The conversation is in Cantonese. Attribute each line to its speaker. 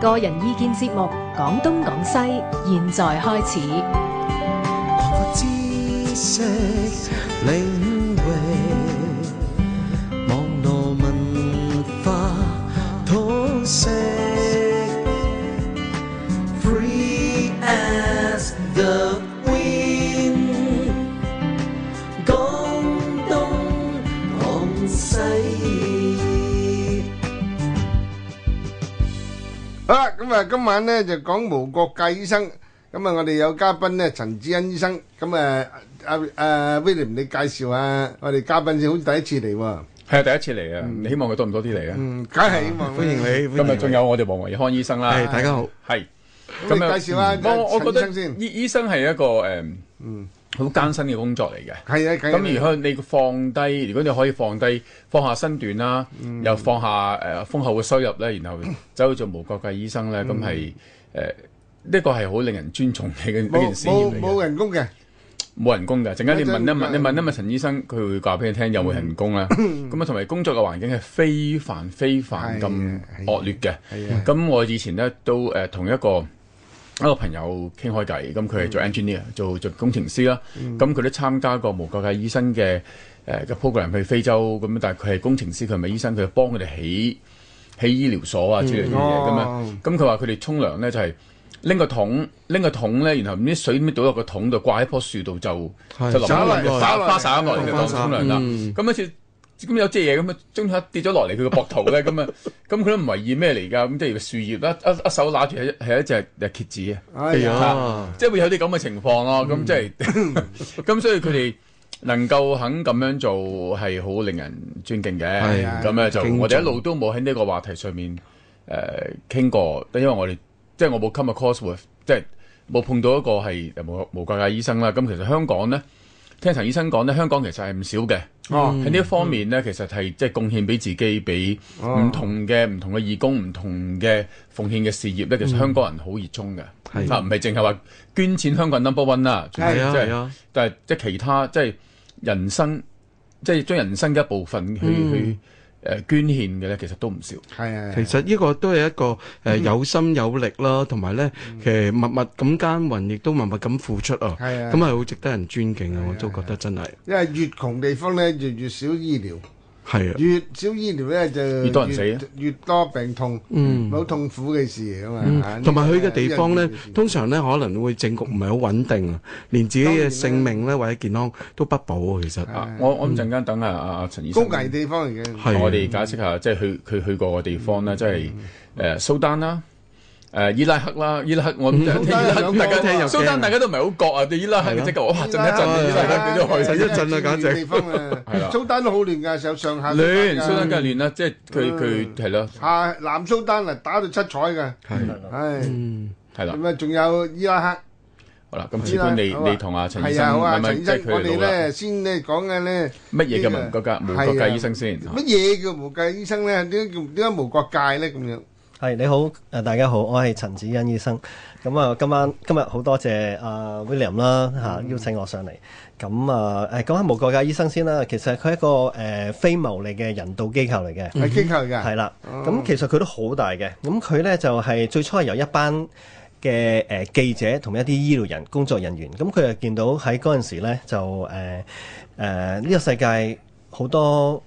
Speaker 1: 個人意見節目《講東講西》，現在開始。
Speaker 2: 擴闊知識領域，網絡文化通識，Free as the wind。講東講西。
Speaker 3: 好啦，咁啊，今晚咧就講無國界醫生，咁啊，我哋有嘉賓咧，陳志恩醫生，咁啊，阿阿 William，你介紹下我哋嘉賓先，好似第一次嚟喎，
Speaker 4: 係啊，第一次嚟啊！你希望佢多唔多啲嚟啊？
Speaker 3: 嗯，梗係嘛，
Speaker 5: 歡迎你，歡
Speaker 4: 今
Speaker 5: 迎
Speaker 4: 日
Speaker 5: 你
Speaker 4: 仲有我哋黃維康醫生啦，
Speaker 5: 係大家好，
Speaker 4: 係嗯
Speaker 3: 咁你介紹下
Speaker 4: 我我
Speaker 3: 陳
Speaker 4: 覺
Speaker 3: 醫
Speaker 4: 得
Speaker 3: 生先，
Speaker 4: 醫醫生係一個誒，好艱辛嘅工作嚟嘅。
Speaker 3: 係啊，梗係
Speaker 4: 咁如果你放低，如果你可以放低放下身段啦，
Speaker 3: 嗯
Speaker 4: 又放下誒豐厚嘅收入 咧，然後走去做無國界醫生咧，咁係誒呢個係好令人尊重嘅一
Speaker 3: 嗯冇
Speaker 4: 件事業
Speaker 3: 冇
Speaker 4: 嚟嘅
Speaker 3: 冇人工嘅，
Speaker 4: 冇人工㗎，陣間你問一
Speaker 3: 真
Speaker 4: 問，
Speaker 3: 㗎
Speaker 4: 你問一問陳醫生，佢會話俾你聽有冇人工啦。咁啊，同埋工作嘅環境係非凡非凡咁
Speaker 3: 嗯係啊係啊
Speaker 4: 惡劣嘅
Speaker 3: 係啊。
Speaker 4: 咁我以前咧都誒同一個一個朋友傾開偈，咁佢係
Speaker 3: 嗯
Speaker 4: 做 engineer，做做工程師啦。咁佢都參加過無國界醫生嘅呃誒嘅 program 去非洲咁，但係佢係工程師，佢唔係醫生，佢幫佢哋起起醫療所啊之類嘅嘢咁樣。
Speaker 3: 哦，
Speaker 4: 咁佢話佢哋沖涼咧就係拎個桶，拎個桶咧，然後啲水咁樣倒落個桶度，掛喺棵樹度就
Speaker 5: 係
Speaker 4: 就淋
Speaker 3: 灑落嚟
Speaker 4: 落
Speaker 3: 灑
Speaker 4: 花
Speaker 3: 落嚟
Speaker 4: 花灑落嚟就當
Speaker 5: 花灑
Speaker 4: 沖涼啦。
Speaker 5: 嗯
Speaker 4: 咁好似咁有隻嘢咁啊，中間跌咗落嚟佢個膊頭咧，咁啊，咁佢都唔為意咩嚟㗎，咁即係樹葉啦，一一手揦住係係一隻誒蠍子啊。
Speaker 3: 哎
Speaker 5: 哎
Speaker 3: 呀，
Speaker 5: 呀，
Speaker 4: 即係會有啲咁嘅情況
Speaker 5: 嗯
Speaker 4: 咯。咁即係 咁，所以佢哋能夠肯咁樣做係好令人尊敬嘅。
Speaker 5: 係
Speaker 3: 啊
Speaker 4: 咁咧就
Speaker 5: 敬重
Speaker 4: 我哋一路都冇喺呢個話題上面誒傾過，因為我哋即係我冇 come across with，即係冇碰到一個係無無國界醫生啦。咁其實香港咧。聽陳醫生講咧，香港其實係唔少嘅。
Speaker 3: 哦
Speaker 5: 嗯
Speaker 4: 喺呢一方面咧，其實係即係貢獻俾自己，俾
Speaker 3: 哦
Speaker 4: 唔同嘅唔同嘅義工、唔同嘅奉獻嘅事業咧，其實香港人好熱衷嘅。
Speaker 5: 嗯係
Speaker 4: 啊，唔係淨係話捐錢香港 number one 啦，
Speaker 3: 係
Speaker 5: 係啊
Speaker 4: 即係
Speaker 5: 係啊，
Speaker 4: 但係即係其他即係人生，即係將人生嘅一部分去
Speaker 5: 嗯
Speaker 4: 去誒捐獻嘅咧，其實都唔少。
Speaker 3: 係啊，
Speaker 5: 其實呢個都係一個誒有心有力啦，同埋咧其實默默咁耕耘，亦都默默咁付出啊，
Speaker 3: 係啊
Speaker 5: 咁係好值得人尊敬啊！我都覺得真係
Speaker 3: 因為越窮地方咧就越少醫療，
Speaker 5: 係啊，
Speaker 3: 越少醫療咧就
Speaker 4: 越多人死啊
Speaker 3: 越越多病痛，
Speaker 5: 嗯。
Speaker 3: 好痛苦嘅事嚟噶
Speaker 5: 嗯
Speaker 3: 嘛，啊
Speaker 5: 同埋去嘅地方咧
Speaker 3: 呢個係一樣嘅事，
Speaker 5: 通常咧可能會政局唔係好穩定啊，連自己
Speaker 3: 當然
Speaker 5: 嘅
Speaker 3: 啦
Speaker 5: 性命咧或者健康都不保啊。其實
Speaker 4: 啊，我我咁陣間等下阿阿陳醫
Speaker 3: 高
Speaker 4: 生。
Speaker 3: 危地方嚟嘅，
Speaker 5: 係
Speaker 4: 我哋解釋下，即係去佢去過嘅地方
Speaker 3: 嗯
Speaker 4: 啦，即係誒蘇丹啦。誒伊拉克啦，伊拉克我諗
Speaker 3: 嗯
Speaker 4: 聽伊拉克大家蘇丹大家都唔係好覺啊，對伊拉克即係哇，震一
Speaker 3: 啊
Speaker 4: 震，伊拉克你都去
Speaker 5: 一陣啦簡直
Speaker 3: 地方啊
Speaker 4: 係啦，
Speaker 3: 蘇丹都好亂㗎，有上下
Speaker 4: 亂，蘇丹
Speaker 3: 㗎
Speaker 4: 梗係亂啦，即係佢
Speaker 3: 嗯
Speaker 4: 佢係咯，
Speaker 3: 啊，南蘇丹啊打到七彩㗎，
Speaker 5: 係
Speaker 3: 唉，
Speaker 5: 嗯
Speaker 4: 係啦。
Speaker 3: 咁啊仲有伊拉克，
Speaker 4: 好啦，咁
Speaker 3: 伊
Speaker 4: 事
Speaker 3: 拉
Speaker 4: 關
Speaker 3: 克
Speaker 4: 你
Speaker 3: 好啊
Speaker 4: 你同阿陳醫
Speaker 3: 係啊，
Speaker 4: 生
Speaker 3: 好啊，
Speaker 4: 唔係
Speaker 3: 陳
Speaker 4: 唔
Speaker 3: 醫生
Speaker 4: 係即係，
Speaker 3: 我
Speaker 4: 佢
Speaker 3: 哋
Speaker 4: 哋老啦
Speaker 3: 咧先咧講嘅咧
Speaker 4: 乜嘢
Speaker 3: 呢
Speaker 4: 嘅無國界無
Speaker 3: 係啊
Speaker 4: 國界醫生先？
Speaker 3: 乜嘢叫無界醫生咧？點解叫點解無國界咧？咁樣
Speaker 6: 係你好，誒大家好，我係陳子欣醫生。咁啊，今晚今日好多謝阿 William 啦嚇，邀請我上嚟。咁啊誒，講下無國界醫生先啦。其實佢係一個誒、呃非牟利嘅人道機構嚟嘅。
Speaker 3: 係機構嚟㗎，
Speaker 6: 係啦，咁其實佢都好大嘅，咁佢呢就係、最初係由一班嘅誒、呃、記者同一啲醫療人工作人員，咁佢就見到喺嗰陣時呢就誒誒呢個世界好多